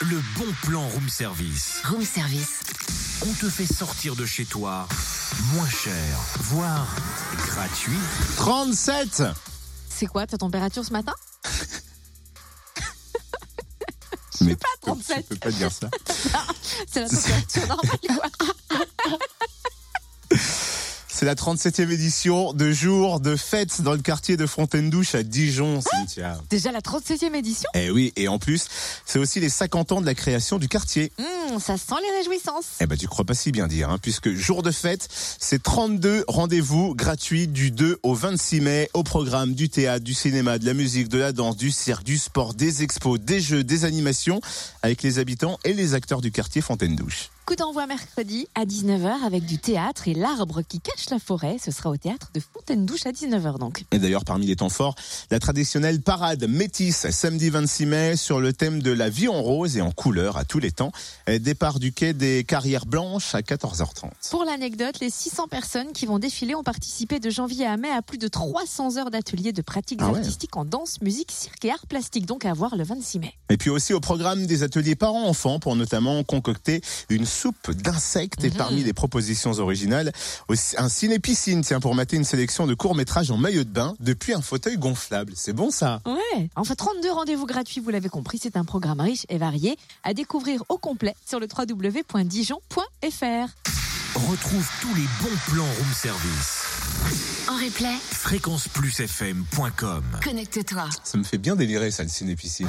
Le bon plan room service. Room service. On te fait sortir de chez toi moins cher, voire gratuit. 37 C'est quoi ta température ce matin Mais pas, 37. Tu peux pas dire ça. C'est la température normale quoi. C'est la 37e édition de jour de fête dans le quartier de Fontaine-Douche à Dijon, Cynthia. Déjà la 37e édition Eh oui, et en plus, c'est aussi les 50 ans de la création du quartier. Hmm, Ça sent les réjouissances. Eh ben tu crois pas si bien dire, hein, puisque jour de fête, c'est 32 rendez-vous gratuits du 2 au 26 mai au programme du théâtre, du cinéma, de la musique, de la danse, du cirque, du sport, des expos, des jeux, des animations avec les habitants et les acteurs du quartier Fontaine-Douche. Coup d'envoi mercredi à 19h avec du théâtre et l'arbre qui cache la forêt. Ce sera au théâtre de Fontaine-Douche à 19h donc. Et d'ailleurs, parmi les temps forts, la traditionnelle parade métisse samedi 26 mai sur le thème de la vie en rose et en couleur à tous les temps. Et Départ du quai des Carrières Blanches à 14h30. Pour l'anecdote, les 600 personnes qui vont défiler ont participé de janvier à mai à plus de 300 heures d'ateliers de pratiques Ah ouais. artistiques en danse, musique, cirque et arts plastiques. Donc à voir le 26 mai. Et puis aussi au programme des ateliers parents-enfants pour notamment concocter une soupe d'insectes et Mhm. parmi les propositions originales, aussi un ciné-piscine tiens, pour mater une sélection de courts-métrages en maillot de bain depuis un fauteuil gonflable. C'est bon ça Ouais. Enfin, 32 rendez-vous gratuits, vous l'avez compris, c'est un programme riche et varié à découvrir au complet sur le www.dijon.fr. Retrouve tous les bons plans room service. En replay, Fréquenceplusfm.com connecte-toi. Ça me fait bien délirer ça le ciné-piscine.